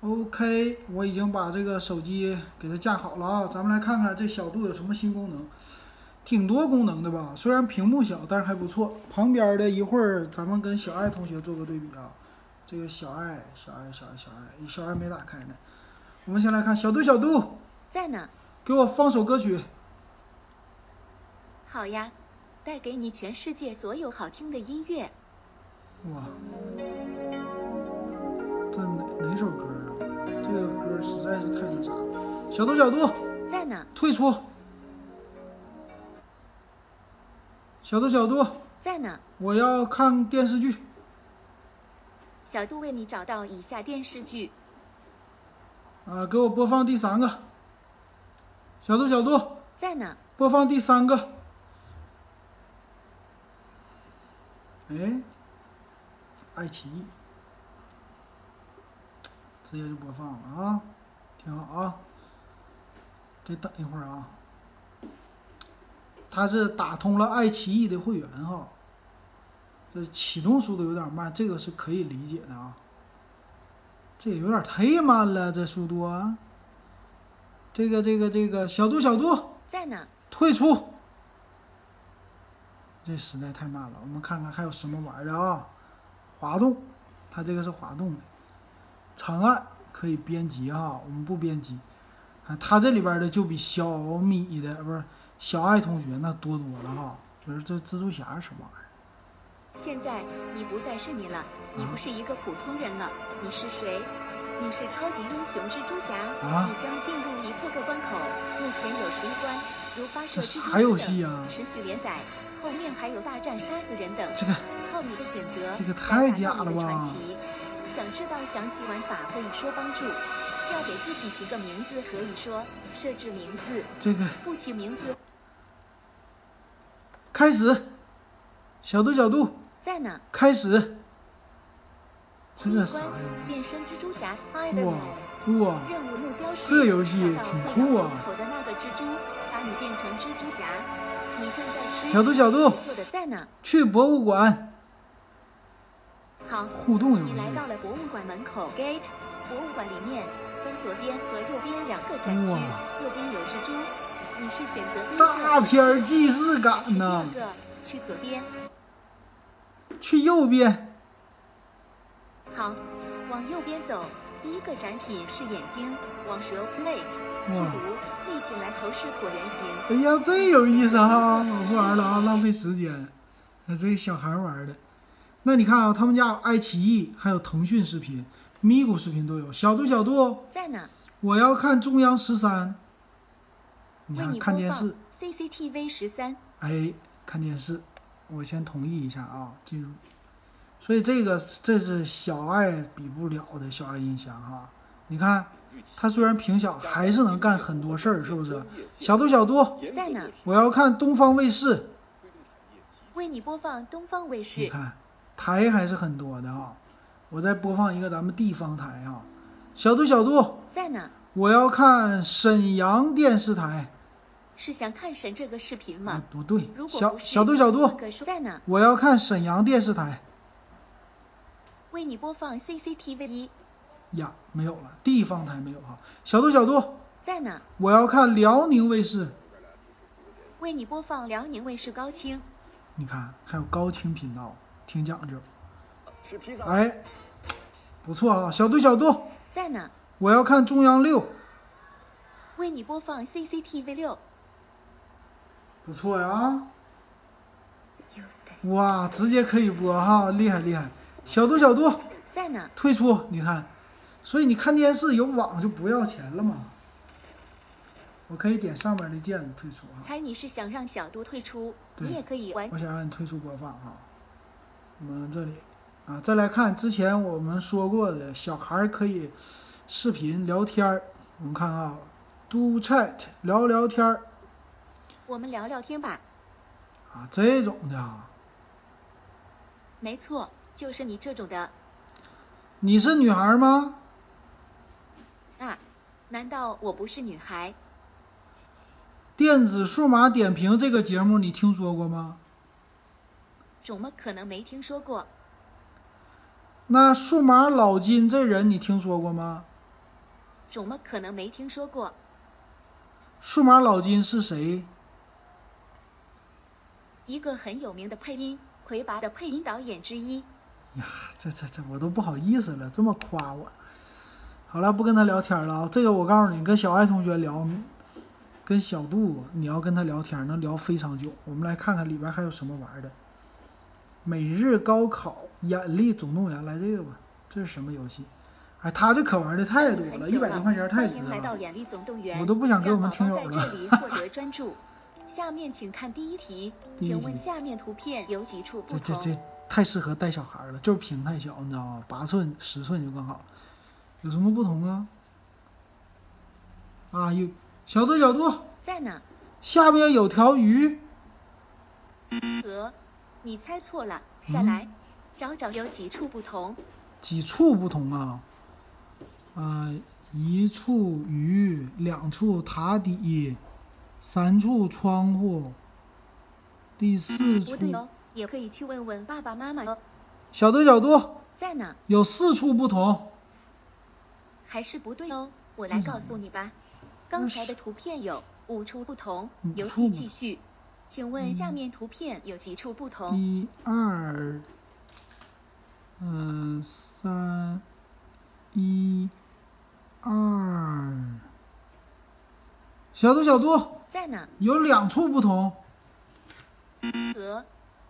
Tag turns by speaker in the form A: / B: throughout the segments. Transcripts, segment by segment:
A: OK，我已经把这个手机给它架好了啊，咱们来看看这小度有什么新功能，挺多功能的吧？虽然屏幕小，但是还不错。旁边的一会儿咱们跟小爱同学做个对比啊，这个小爱，小爱，小爱，小爱，小爱没打开呢。我们先来看小度，小度，
B: 在呢。
A: 给我放首歌曲。
B: 好呀，带给你全世界所有好听的音乐。
A: 哇，这哪哪首歌啊？这个歌实在是太那啥了。小度，小度，
B: 在呢，
A: 退出。小度，小度，
B: 在呢。
A: 我要看电视剧。
B: 小度为你找到以下电视剧：
A: 啊，给我播放第三个。小度，小度，
B: 在呢，
A: 播放第三个。哎，爱奇艺，直接就播放了啊，挺好啊。得等一会儿啊。他是打通了爱奇艺的会员哈，这启动速度有点慢，这个是可以理解的啊。这也有点忒慢了，这速度啊。这个这个这个，小度小度，
B: 在呢，
A: 退出。这实在太慢了，我们看看还有什么玩的啊？滑动，它这个是滑动的。长按可以编辑哈，我们不编辑。啊，它这里边的就比小米的不是小爱同学那多多了哈。就是这蜘蛛侠是什么玩意
B: 现在你不再是你了，你
A: 啊
B: 不是一个普通人了，你是谁？你是超级英雄蜘蛛侠，
A: 啊
B: 你将进入一破个关口，目前有十一关，如发
A: 这
B: 射蜘蛛
A: 啥
B: 丝
A: 游
B: 等
A: 戏啊
B: 持续连载，后面还有大战杀死人等
A: 儿？，这个
B: 靠你的选择，
A: 这个
B: 来
A: 太假了
B: 打造你的传
A: 吧
B: 奇想知道详细玩法或一说帮助，要给自己起个名字和一说，设置名字，
A: 这个
B: 不起名字
A: 开始，小度小度
B: 在呢。
A: 开始。这
B: 第一
A: 个
B: 关
A: 啥呀？
B: 变身蜘蛛侠
A: 哇
B: Spider-Man。
A: 哇！
B: 任务目标是
A: 这个游戏
B: 找到
A: 挺
B: 会
A: 酷
B: 咬
A: 啊
B: 人口的那个蜘蛛，把你变成蜘蛛侠。你正在吃
A: 小度小度
B: 做的在呢。
A: 去博物馆
B: 好，
A: 互动游
B: 你来
A: 戏。
B: 到了博物馆门口 gate。博物馆里面分左边和右边两个展区，
A: 哇
B: 右边有蜘蛛，你是选择第一
A: 大
B: 个
A: 片儿既视
B: 还是
A: 感
B: 第
A: 呐
B: 二、个？去左边。
A: 去右边，
B: 好，往右边走，第一个展品是眼睛，网蛇 snake，剧
A: 哇
B: 毒，立起来头是椭圆形。
A: 哎呀，这有意思哈、我不玩了啊，浪费时间。那这小孩玩的，那你看啊，他们家有爱奇艺，还有腾讯视频、咪咕视频都有。小度小度，
B: 在呢，
A: 我要看中央十三。你
B: 为
A: 看
B: 你
A: 看
B: 播
A: 电
B: 放
A: 视，
B: CCTV 十三。
A: 哎，看电视，我先同意一下啊，进入。所以这个这是小爱比不了的小爱音箱哈、你看，它虽然屏小，还是能干很多事儿，是不是？小度小度，
B: 在呢，
A: 我要看东方卫视。
B: 为你播放东方卫
A: 你
B: 视。
A: 看，台还是很多的啊。我再播放一个咱们地方台啊。小度小度，
B: 嗯在呢，
A: 我要看沈阳电视台。
B: 是想看神这个视频
A: 哎
B: 吗？，
A: 不对
B: 如，果
A: 小
B: 不是
A: 小度小
B: 换
A: 度，
B: 个说在呢，
A: 我要看沈阳电视台。
B: 为你播放 CCTV 一。
A: 呀，没有了，地方台没有哈。小度小度，
B: 在呢，
A: 我要看辽宁卫视。
B: 为你播放辽宁卫视高清。
A: 你看，还有高清频道，挺讲究。
C: 吃披萨。
A: 哎，不错啊，小度小度，
B: 在呢，
A: 我要看中央六。
B: 为你播放 CCTV 六。
A: 不错呀、哇，直接可以播哈，厉害厉害！小度小度
B: 在呢，
A: 退出，你看，所以你看电视有网就不要钱了嘛。我可以点上面的键退出哈，
B: 猜你是想让小度退出，
A: 对
B: 你也可以玩
A: 我想让你退出播放哈。我们这里啊，再来看之前我们说过的，小孩儿可以视频聊天儿。我们看啊，Do Chat 聊聊天儿
B: 我们聊聊天吧。
A: 啊，这种的啊。
B: 没错，就是你这种的
A: 你是女孩儿吗？
B: 啊。难道我不是女孩？
A: 电子数码点评这个节目你听说过吗？
B: 怎么可能没听说过？
A: 那数码老金这人你听说过吗？
B: 种么可能没听说过？
A: 数码老金是谁？
B: 一个很有名的配音魁拔的配音导演之一。
A: 这这这我都不好意思了，这么夸我。好了，不跟他聊天了啊。这个我告诉你，跟小爱同学聊，跟小杜，你要跟他聊天能聊非常久。我们来看看里边还有什么玩儿的。每日高考眼力总动员，来这个吧，这是什么游戏？哎，他这可玩的太多了，
B: 很
A: 一
B: 久
A: 百多块钱太
B: 欢
A: 值
B: 迎来到
A: 了，
B: 眼力总动员
A: 我。都不想给我
B: 让宝
A: 们听友
B: 宝在
A: 了。
B: 这里获得专注。下面请看第一题，
A: 第一
B: 请问
A: 题
B: 下面图片有几处
A: 这
B: 不
A: 这
B: 同？
A: 这太适合带小孩儿了，就是屏太小，你知道吗？八寸、十寸就更好了。有什么不同啊？啊，有小度小度，
B: 在哪？
A: 下边有条鱼，
B: 鹅，你猜错了，
A: 嗯
B: 再来，找找有几处不同。
A: 几处不同啊？啊，一处鱼，两处塔底，三处窗户，第四
B: 不
A: 处
B: 对哦，也可以去问问爸爸妈妈哦。
A: 小度小度
B: 在哪？
A: 有四处不同。
B: 还是不对哦，我来告诉你吧。刚才的图片有五处嗯嗯不同
A: 五，
B: 游
A: 处
B: 戏
A: 吗
B: 继续。请问下面图片有几处不同？
A: 一二，嗯、三，一，二，小度小度
B: 在哪？
A: 有两处不同，
B: 鹅，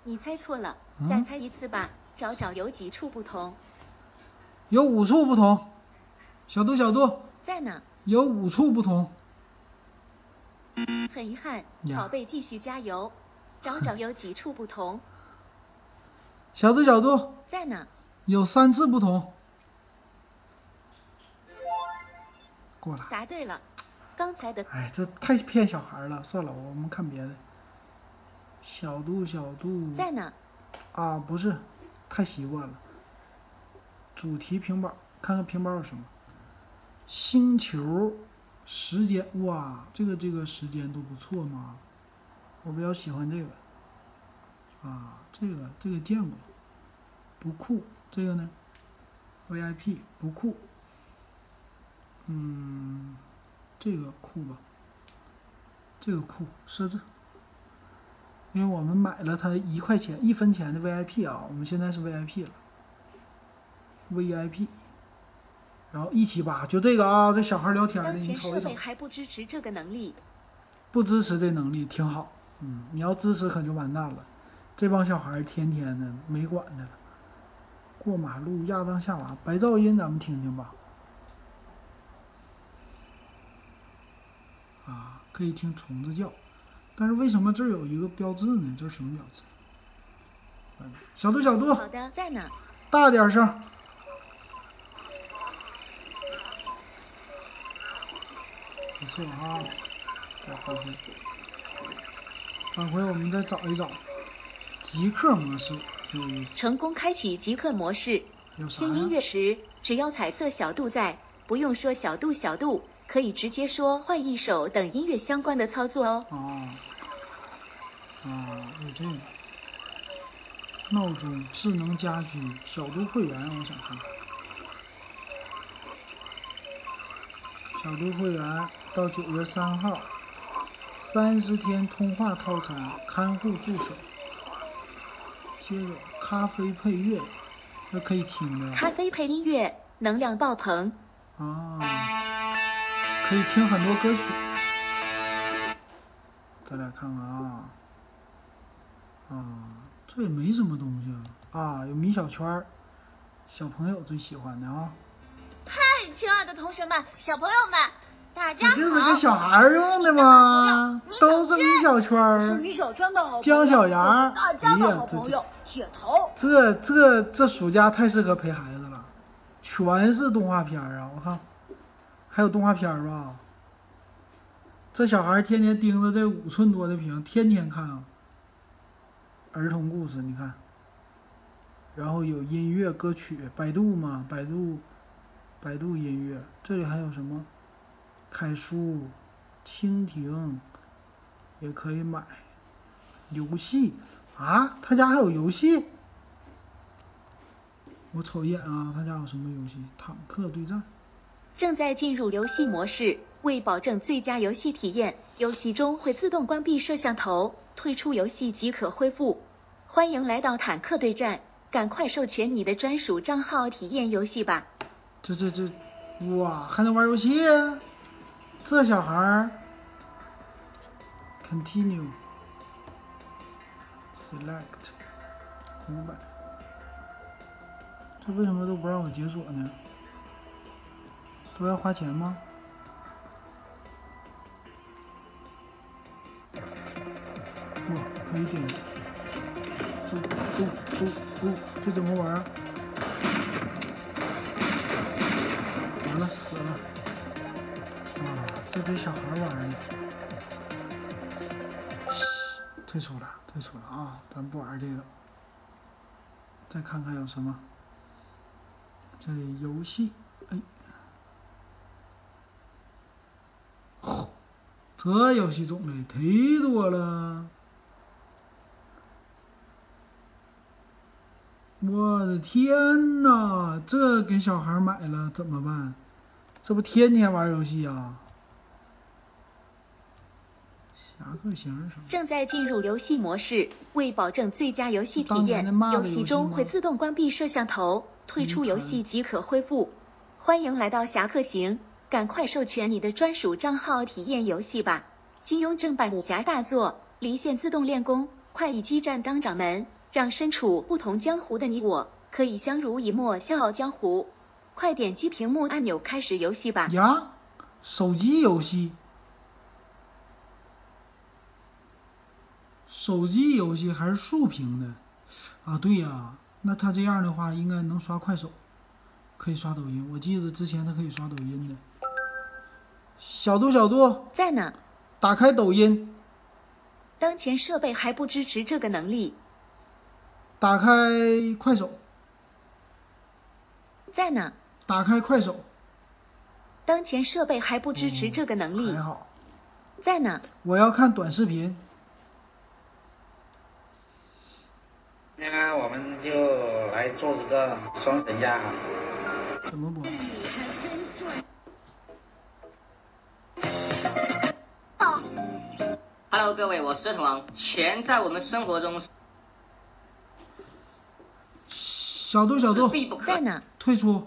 B: 你猜错了，
A: 嗯
B: 再猜一次吧，找找有几处不同。
A: 有五处不同。小度小度
B: 在哪？
A: 有五处不同，
B: 很遗憾，
A: 呀
B: 宝贝继续加油，找找有几处不同。
A: 小度小度
B: 在哪？
A: 有三次不同。过来，
B: 答对了，刚才的
A: 哎，这太骗小孩了，算了，我们看别的。小度小度
B: 哪？
A: 啊，不是，太习惯了。主题屏保，看看屏保有什么。星球，时间，哇，这个这个时间都不错嘛，我比较喜欢这个。啊，这个这个见过，不酷。这个呢，VIP 不酷。嗯，这个酷吧，这个酷设置。因为我们买了它一块钱一分钱的 VIP 啊，我们现在是 VIP 了，VIP，然后一起吧，就这个啊，这小孩聊天的，
B: 当
A: 你
B: 前
A: 瞅
B: 设
A: 一瞅
B: 备，还不支持这个能力。
A: 不支持这能力挺好，嗯，你要支持可就完蛋了，这帮小孩天天的没管的了，过马路亚当夏娃，白噪音咱们听听吧，啊，可以听虫子叫。但是为什么这儿有一个标志呢？这是什么标志？嗯小度，小度，
B: 好的，哦在哪？
A: 大点声。不错啊，再返回，返回我们再找一找极客模式，挺有意思。
B: 成功开启极客模式。
A: 有啥
B: 听音
A: 呀？
B: 乐时，只要彩色小度在，不用说小度小度，可以直接说换一首等音乐相关的操作哦。
A: 啊啊，有这个闹钟、智能家居、小度会员，我想看看。小度会员到九月三号，三十天通话套餐，看护助手。接着咖啡配乐，那可以听的
B: 咖啡配音乐，能量爆棚。
A: 啊，可以听很多歌曲。再来看看啊，啊，这也没什么东西啊，啊，有米小圈儿，小朋友最喜欢的啊，
D: 哎亲爱的同学们、小朋友们，大
A: 这
D: 家好，
A: 就是给小孩儿用的嘛，都是米小圈
D: 我是
A: 儿，
D: 米小圈的好朋友
A: 姜小牙儿
D: 我是大家
A: 哎呀
D: 的好
A: 这
D: 朋友铁头。
A: 这这这暑假太适合陪孩子了，全是动画片儿啊！我看还有动画片儿吧。这小孩儿天天盯着这五寸多的屏，天天看啊。儿童故事，你看，然后有音乐歌曲，百度嘛，百度，百度音乐，这里还有什么？凯叔、蜻蜓也可以买，游戏啊，他家还有游戏。我瞅一眼啊，他家有什么游戏？坦克对战，
B: 正在进入游戏模式。为保证最佳游戏体验，游戏中会自动关闭摄像头，退出游戏即可恢复。欢迎来到坦克对战，赶快授权你的专属账号体验游戏吧！
A: 这这这，哇，还能玩游戏？这小孩儿，continue select 五百，这为什么都不让我解锁呢？都要花钱吗？哇，还有一点，呜呜呜呜，这怎么玩儿？完了，死了！啊，这给小孩玩儿呢。嘘退出了，退出了啊，咱不玩儿这个。再看看有什么。这里游戏，哎，这游戏种类忒多了。我的天呐，这给小孩买了怎么办？这不天天玩游戏啊？侠客行是什么？
B: 正在进入游戏模式，为保证最佳游戏体
A: 当年
B: 验
A: 那骂，的
B: 游
A: 游戏
B: 戏中
A: 吗
B: 会自动关闭摄像头，退出游戏即可恢复。欢迎来到侠客行，赶快授权你的专属账号体验游戏吧！金庸正版武侠大作，离线自动练功，快意激战当掌门，让身处不同江湖的你我可以相濡以沫，笑傲江湖。快点击屏幕按钮开始游戏吧！
A: 呀，手机游戏，手机游戏还是竖屏的啊？对呀、那他这样的话，应该能刷快手，可以刷抖音。我记得之前他可以刷抖音的。小度，小度，
B: 在呢。
A: 打开抖音，
B: 当前设备还不支持这个能力，
A: 打开快手，
B: 在呢。
A: 打开快手，
B: 当前设备还不支持这个能力
A: 还，嗯好。
B: 在呢。
A: 我要看短视频，
E: 今天我们就来做一个双神鸭。
A: 怎么播？
F: Hello，各位，我是孙王。钱在我们生活中是
A: 小度，小度，
F: 必不可
G: 在呢，
A: 退出。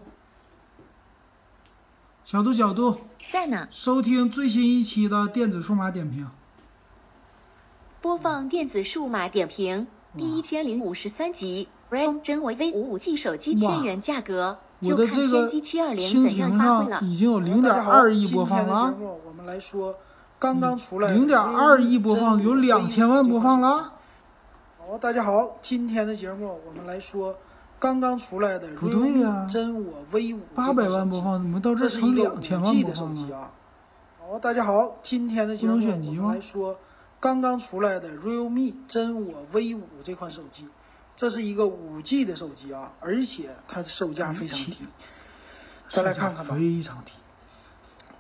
A: 小度，小度，
G: 在呢，
A: 收听最新一期的电子数码点评。
B: 播放电子数码点评第一千零五十三集。realm 真维 V 五五 G 手机
A: 哇
B: 千元价格，
A: 我
B: 就
A: 的
B: 看
A: 这
B: 天
A: 个
B: 玑七二零
A: 蜻
B: 怎样
A: 蜓
B: 发挥了
A: 上。已经有零点
H: 大家好
A: 二亿播放了
H: 今天的
A: 啊
H: 节，目我们来说刚刚出来的
A: 零点二亿播放，有两千万播放了啊。。
H: 好，大家好，今天的节目我们来说刚刚出来的
A: 不对呀
H: realme 真我 V 五
A: 八百万播，放，怎么到这
H: 这
A: 儿
H: 是
A: 成
H: 一个
A: 两
H: 五
A: 千万
H: G
A: 播
H: 的手
A: 放
H: 机
A: 了？
H: 啊。好，大家好，今天的节目
A: 不
H: 我
A: 能选集吗
H: 们来说刚刚出来的 realme 真我 V 五这款手机，这是一个五 G 的手机啊，而且它的售价非常低。再来看看吧
A: 非常低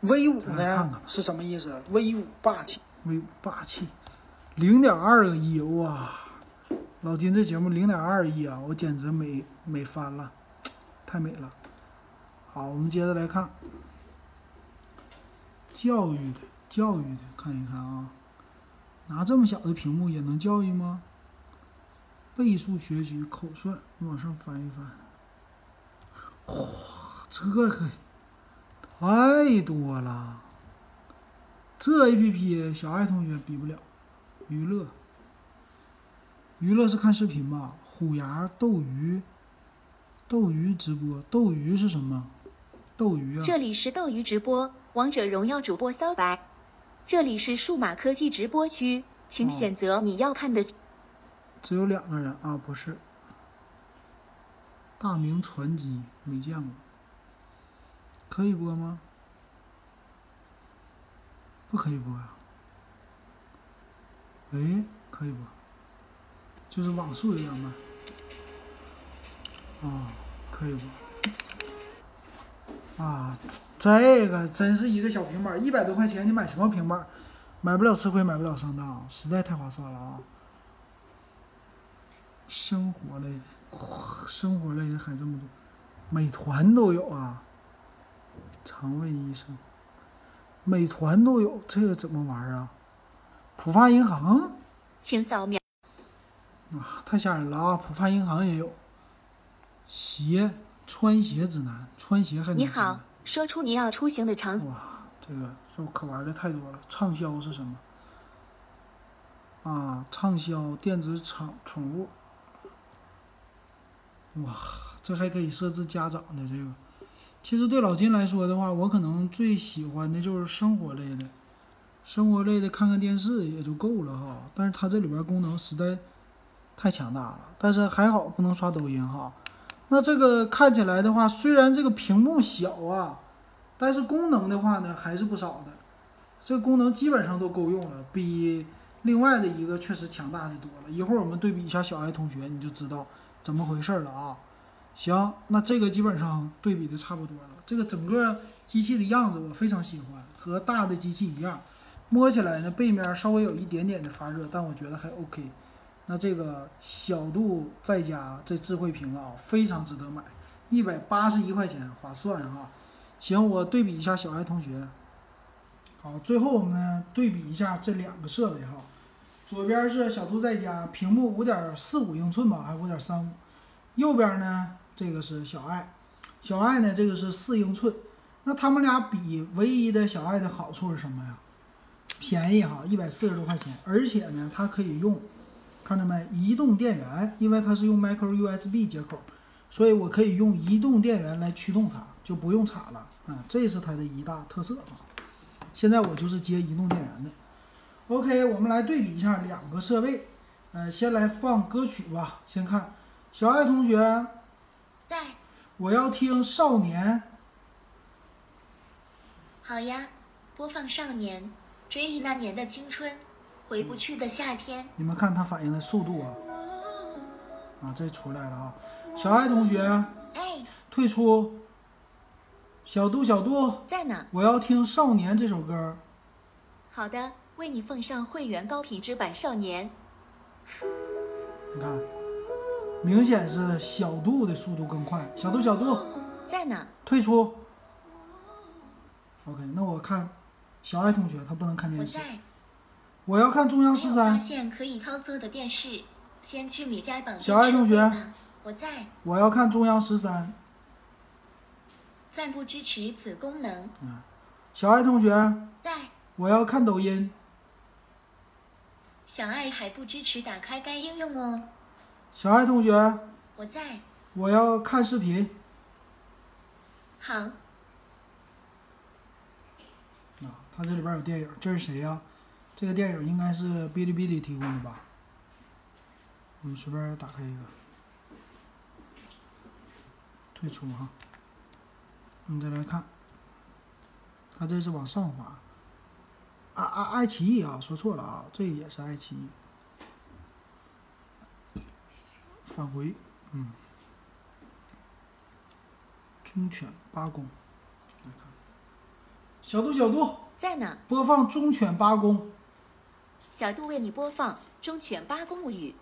H: V 五
A: 咱来看看吧
H: 呢是什么意思？V 五霸气。
A: ，V 霸气，零点二个亿哇！老金这节目零点二亿啊，我简直美美翻了，太美了。好，我们接着来看教育的教育的，看一看啊，拿这么小的屏幕也能教育吗？倍数学习、口算，你往上翻一翻，哇，这个可太多了。这 A P P 小爱同学比不了，娱乐，娱乐是看视频吧？虎牙、斗鱼，斗鱼直播，斗鱼是什么？斗鱼啊，
B: 这里是斗鱼直播，王者荣耀主播骚白。这里是数码科技直播区，请
A: 哦
B: 选择你要看的。
A: 只有两个人啊，不是。大明传奇没见过，可以播吗？不可以播啊。诶，可以播，就是网速有点慢。啊，可以播。啊，这个真是一个小平板儿，一百多块钱你买什么平板儿？买不了吃亏，买不了上当，实在太划算了啊！生活类的，哇生活类的还这么多，美团都有啊，
H: 肠胃医生，美团都有，这个怎么玩啊？浦发银行
B: 请扫描
H: 啊，太吓人了啊！浦发银行也有鞋穿鞋指南，穿鞋还能
B: 你
H: 指南
A: 啊
B: 好，说出你要出行的场所。
H: 哇，这个这我可玩的太多了。畅销是什么？啊，畅销电子宠宠物。哇，这还可以设置家长的这个。其实对老金来说的话，我可能最喜欢的就是生活类的，生活类的看看电视也就够了哈。但是它这里边功能实在太强大了，但是还好不能刷抖音哈。那这个看起来的话，虽然这个屏幕小啊，但是功能的话呢，还是不少的。这个功能基本上都够用了，比另外的一个确实强大的多了。一会儿我们对比一下小爱同学，你就知道怎么回事儿了啊。行，那这个基本上对比的差不多了。这个整个机器的样子我非常喜欢，和大的机器一样，摸起来呢背面稍微有一点点的发热，但我觉得还 OK。那这个小度再加这智慧屏啊，非常值得买，一百八十一块钱划算哈、行，我对比一下小爱同学。好，最后我们呢对比一下这两个设备哈，左边是小度在家，屏幕五点四五英寸吧，还五点三五，右边呢这个是小爱，小爱呢这个是四英寸。那他们俩比，唯一的小爱的好处是什么呀？便宜哈，一百四十多块钱，而且呢它可以用，看着没，移动电源，因为它是用 micro USB 接口，所以我可以用移动电源来驱动它，就不用插了啊，这是它的一大特色啊。现在我就是接移动电源的。OK，我们来对比一下两个设备，呃，先来放歌曲吧，先看小爱同学，
C: 在，
H: 我要听《少年
C: 好呀，播放《少年》，追忆那年的青春，回不去的夏天。》，
H: 你们看它反应的速度啊，啊，这出来了啊。小爱同学
C: 哎，
H: 退出，小度小度，
I: 在呢。
H: 我要听《少年》这首歌。
B: 好的，为你奉上会员高品质版少年。
H: 你看，明显是小度的速度更快。小度，小度，
I: 在呢，
H: 退出。OK，那我看小爱同学他不能看
C: 我
H: 电视，
C: 在。
H: 我要看中央
C: 我
H: 十
C: 发
H: 三，
C: 现可以操作的电视，先去米家绑定
H: 小爱同学
C: 设备吧，我在，
H: 我要看中央十三。
C: 暂不支持此功能，
H: 小爱同学，
C: 在。
H: 我要看抖音。
C: 小爱还不支持打开该应用哦，
H: 小爱同学，
C: 我在。
H: 我要看视频。
C: 好，
H: 啊，它这里边有电影，这是谁呀、这个电影应该是哔哩哔哩提供的吧？我们随便打开一个，退出哈。我们再来看，它这是往上滑。啊啊，爱奇艺啊，说错了啊，这也是爱奇艺。返回，嗯，忠犬八公，来看，小度小度。
I: 在呢，
H: 播放《忠犬八公》。
B: 小度为你播放《忠犬八公物语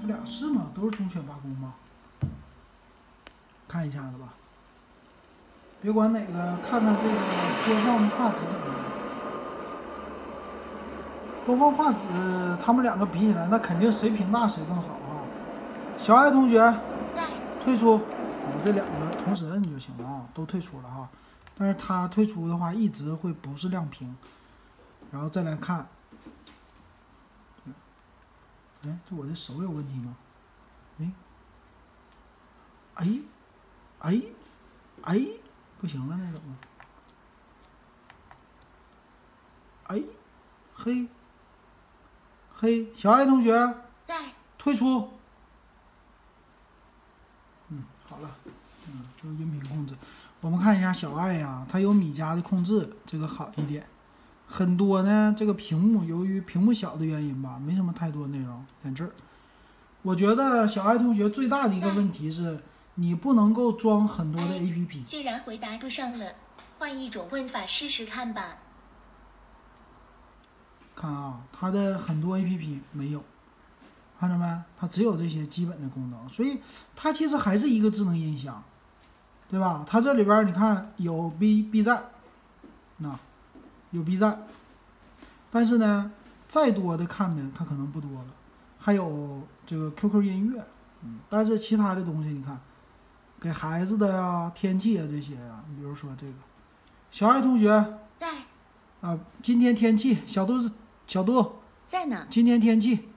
H: 这俩是吗？都是忠犬八公吗？看一下子吧，别管哪个，看看这个播放的画质怎么样。播放画质，他们两个比起来，那肯定谁屏大谁更好啊！小爱同学，
C: 在。
H: 退出，我这两个同时摁就行了啊，都退出了哈。但是它退出的话，一直会不是亮屏，然后再来看。哎，这我的手有问题吗？哎，哎，哎，哎，不行了，那怎么？哎，嘿，嘿，小爱同学，
C: 在
H: 退出。嗯，好了，嗯，就是音频控制。我们看一下小爱呀、它有米家的控制，这个好一点。很多呢，这个屏幕由于屏幕小的原因吧，没什么太多内容。点这儿，我觉得小爱同学最大的一个问题是，你不能够装很多的 APP。
C: 既然回答不上了，换一种问法试试看吧。
H: 看啊，它的很多 APP 没有，看着没？它只有这些基本的功能，所以它其实还是一个智能音箱，对吧？它这里边儿你看有 B B 站，那、有 B 站，但是呢，再多的看的它可能不多了，还有这个 QQ 音乐，嗯，但是其他的东西你看，给孩子的呀、天气啊这些呀、你比如说这个小爱同学啊、
C: 在
H: 今天天气，小度是小度，
I: 在呢。
H: 今天天气。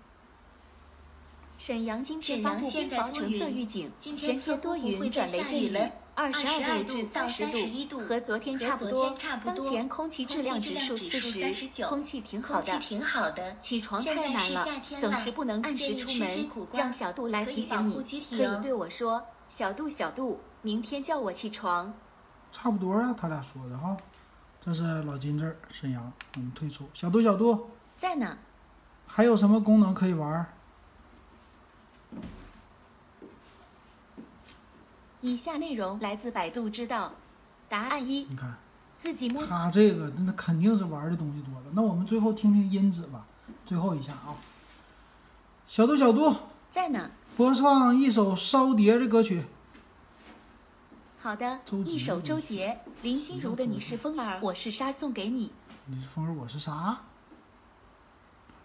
B: 沈阳今天
C: 沈
B: 发
C: 阳
B: 布
C: 现
B: 冰
C: 在
B: 雹
C: 多
B: 橙色
C: 云
B: 预警，
C: 今
B: 全
C: 天
B: 天
C: 侧
B: 多
C: 部会
B: 云转雷
C: 下
B: 阵雨
C: 雨
B: 了，二十二
C: 22
B: 度至
C: 到
B: 三十
C: 31度
B: 和昨天
C: 和
B: 差不
C: 昨
B: 多
C: 天差。不
B: 当
C: 多
B: 前空气
C: 空
B: 质
C: 气
B: 量
C: 质
B: 指
C: 量
B: 数
C: 指
B: 四
C: 数
B: 十，
C: 39
B: 空气挺好
C: 空气
B: 的。
C: 挺好的，
B: 起床
C: 现
B: 太
C: 在
B: 难
C: 是
B: 了
C: 夏，天
B: 总
C: 了
B: 是不能按
C: 建
B: 时
C: 议
B: 出
C: 吃些
B: 门
C: 苦，瓜
B: 让小度来
C: 可
B: 提
C: 以保
B: 醒
C: 护
B: 你
C: 机。体
B: 可以
C: 哦
B: 对我说：“小度，小度，明天叫我起床。
H: 差不多啊，他俩说的哈。这是老金这儿，沈阳，我们退出。小度，小度，
I: 在呢，
H: 还有什么功能可以玩儿？”
B: 以下内容来自百度知道，答案一：
H: 你看
B: 自己摸
H: 他这个，那肯定是玩的东西多了。那我们最后听听音质吧，最后一下啊。小度，小度，
I: 在呢，
H: 播放一首烧碟的歌曲。
B: 好的
H: 周，杰
B: 一首
H: 伦
B: 周杰、林心如的《你是风儿，我是沙》送给你。
H: 你是风儿，我是啥？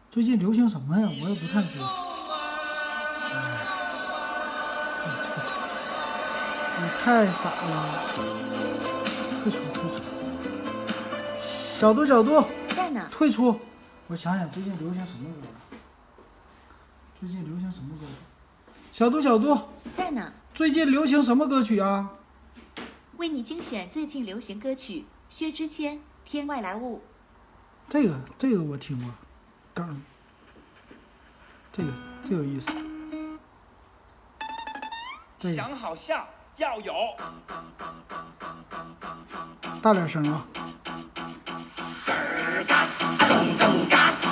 H: 最近流行什么呀？我也不太知道。哎这这这这，你太傻了！退出退出，小度小度
I: 在呢，
H: 退出。我想想最近流行什么歌了？最近流行什么歌曲？小度小度，
I: 在呢，
H: 最近流行什么歌曲啊？
B: 为你精选最近流行歌曲，薛之谦《天外来物》。
H: 这个这个我听过，梗，这个这有意思。这个
J: 想好笑要有。
H: 大点声啊！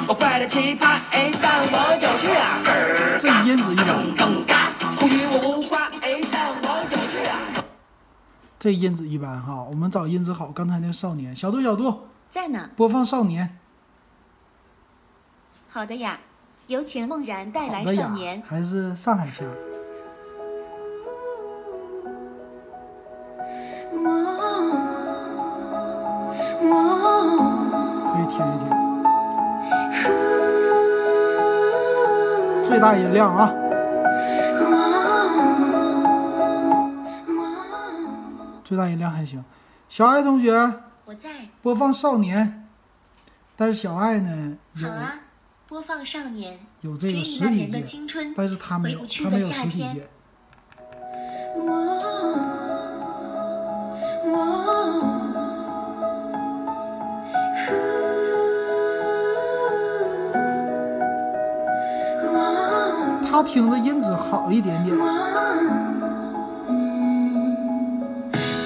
J: 我快乐奇葩，哎，但我有趣啊！
H: 这音质一般，
J: 苦与我无关，哎，但我有趣啊！
H: 这音质一般哈。我们找音质好，刚才那少年小度小度
I: 在呢，
H: 播放少年，
B: 好的呀，有请梦然带
H: 好
B: 来
H: 的
B: 少
H: 呀
B: 年，。
H: 还是上海腔。可以听一听，最大音量啊！最大音量还行。小爱同学
C: 我在。
H: 播放少年，但是小爱呢
C: 好
H: 有
C: 啊，播放少年，
H: 有这
C: 追
H: 个
C: 忆
H: 实
C: 那
H: 体
C: 年的
H: 键，
C: 青春。
H: 但是他没有
C: 回不，去
H: 他
C: 的
H: 没有
C: 夏
H: 实体
C: 天
H: 键。他听着音质好一点点。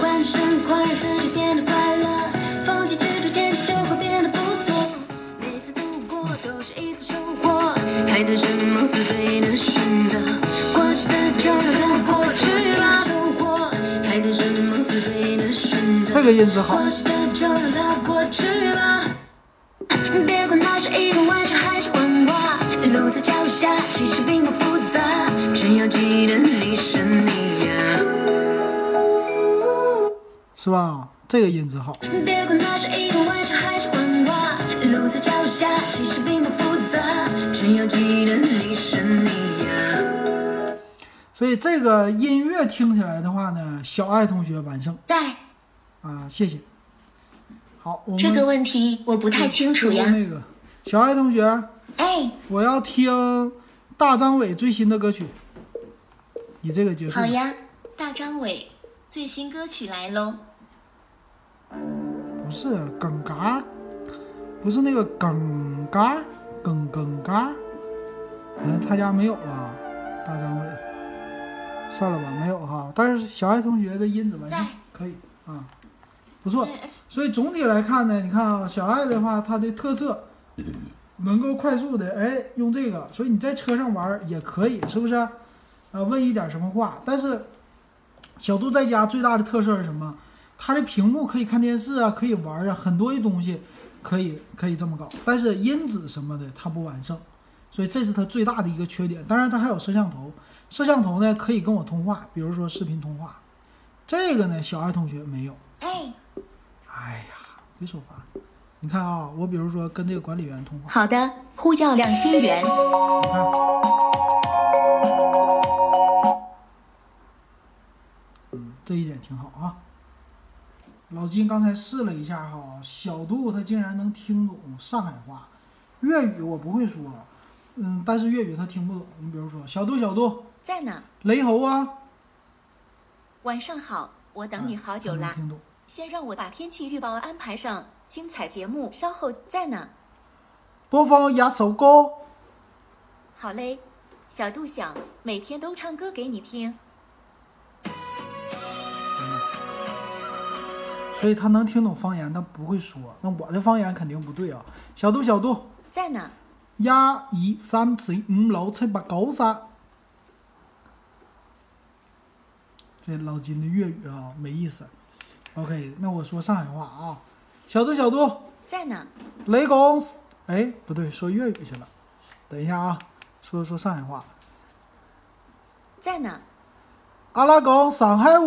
K: 关于生日快乐，自己变得快乐，放弃执着，天气就会变得不错。每次度过都是一次收获，还等什么最对的选择？过去的就让它过去吧。收获，还等什么最对的选择？
H: 这个音质好，
K: 过去的就让它过去吧。别管它是一个玩笑还是谎话，路在脚下，其实并不复杂，只要记得你是你呀、
H: 是吧？这个音质好。
K: 别管它是一个玩笑还是谎话，路在脚下，其实并不复杂，只要记得你是你呀。
H: 所以这个音乐听起来的话呢，小爱同学完胜
C: 在
H: 啊，谢谢。好，我们
C: 这个问题我不太清楚呀。
H: 那嗯个小爱同学，
C: 哎，
H: 我要听大张伟最新的歌曲。你这个结束
C: 好。呀，大张伟最新歌曲来喽。
H: 不是梗嘎，不是那个梗嘎，梗梗嘎，好像他家没有了。大张伟，算了吧，没有哈。但是小爱同学的音质完胜
C: 在，
H: 可以啊，不错。
C: 嗯
H: 所以总体来看呢，你看啊，小爱的话，它的特色能够快速的，哎，用这个，所以你在车上玩儿也可以，是不是？啊，问一点什么话，但是小度在家最大的特色是什么？它的屏幕可以看电视啊，可以玩儿啊，很多的东西，可以可以这么搞，但是音质什么的它不完胜，所以这是它最大的一个缺点。当然它还有摄像头，摄像头呢可以跟我通话，比如说视频通话，这个呢小爱同学没有。
C: 哎，
H: 哎呀，别说话，你看啊，我比如说跟这个管理员通话，
B: 好的，呼叫亮心源。
H: 你看，嗯，这一点挺好啊。老金刚才试了一下哈，小度他竟然能听懂上海话，粤语我不会说，嗯，但是粤语他听不懂。你比如说，小度小度，
K: 在哪？
H: 雷猴啊，
B: 晚上好，我等你好久
H: 他能
B: 啦。
H: 听懂。
B: 先让我把天气预报安排上，精彩节目稍后。
K: 在哪？
H: 播放一首歌，
B: 好嘞，小度想每天都唱歌给你听。
H: 所以他能听懂方言，但不会说。那我的方言肯定不对啊。小度小度，
K: 在哪？
H: 一、二、三、四、五、六、七、八、九、十。这老金的粤语啊，没意思。OK，那我说上海话啊，小度小度，
K: 在哪？
H: 雷公，哎，不对，说粤语去了。等一下啊，说说上海话，
K: 在哪？
H: 阿拉讲上海话，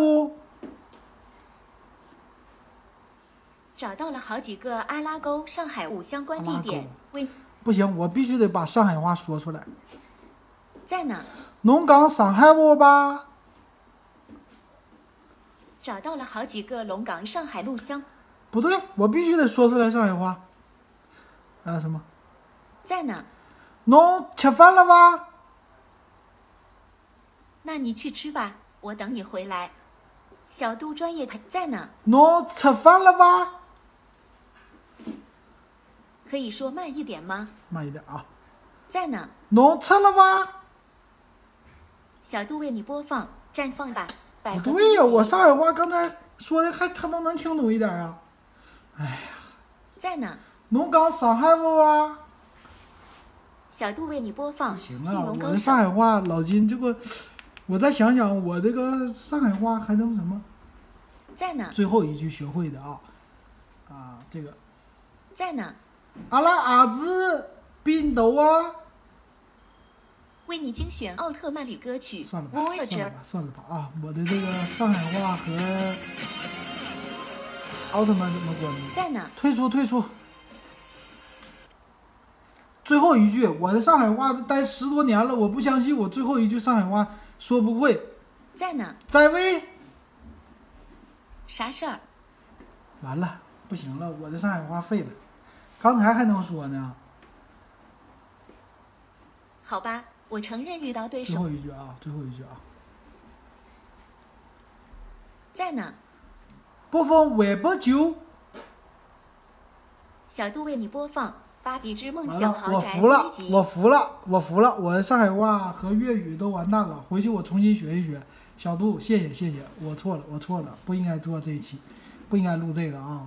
B: 找到了好几个阿拉沟、上海五相关地
H: 阿拉
B: 点
H: 沟，
B: 为
H: 不行，我必须得把上海话说出来。
K: 在哪？
H: 侬讲上海话吧。
B: 找到了好几个龙岗、上海路相
H: 不对，我必须得说出来上海话。啊什么？
K: 在哪？
H: 侬吃饭了吗？
B: 那你去吃吧，我等你回来。小度专业陪
K: 在哪？
H: 侬吃饭了吗？
B: 可以说慢一点吗？
H: 慢一点啊。
K: 在哪？
H: 侬吃了吗？
B: 小度为你播放《绽放吧》。百
H: 不
B: 合
H: 对呀、
B: 冰淇淋
H: 我上海话刚才说的还他都能听懂一点啊。
K: 在哪？
H: 侬讲上海话啊吗？
B: 小度为你播放《
H: 行
B: 信
H: 啊，
B: 荣
H: 我
B: 高手
H: 的上》。海话老金这个，我再想想我这个上海话还能什么？
K: 在哪？
H: 最后一句学会的啊，啊这个
K: 在哪？
H: 阿拉阿子冰豆啊。
B: 为你精选奥特曼里歌曲
H: 算了吧，算了
B: Voyager
H: 吧，算了吧啊！我的这个上海话和奥特曼怎么关系？
K: 在哪？
H: 退出，退出。最后一句，我的上海话这待十多年了，我不相信我最后一句上海话说不会。
K: 在哪？
H: 再威，
B: 啥事儿？
H: 完了，不行了，我的上海话废了。刚才还能说呢，
B: 好吧，我承认遇到对
H: 最
B: 手。
H: 后一句啊，最后一句啊，
K: 在哪？
H: 播放微博酒。
B: 小度为你播放《芭比之梦
H: 完
B: 想
H: 了，
B: 豪
H: 我
B: 宅》
H: 服了
B: 第一，集
H: 我服了，我服了，我的上海话和粤语都完蛋了，回去我重新学一学。小杜，谢谢谢谢，我错了，我错了，不应该做这一期，不应该录这个啊，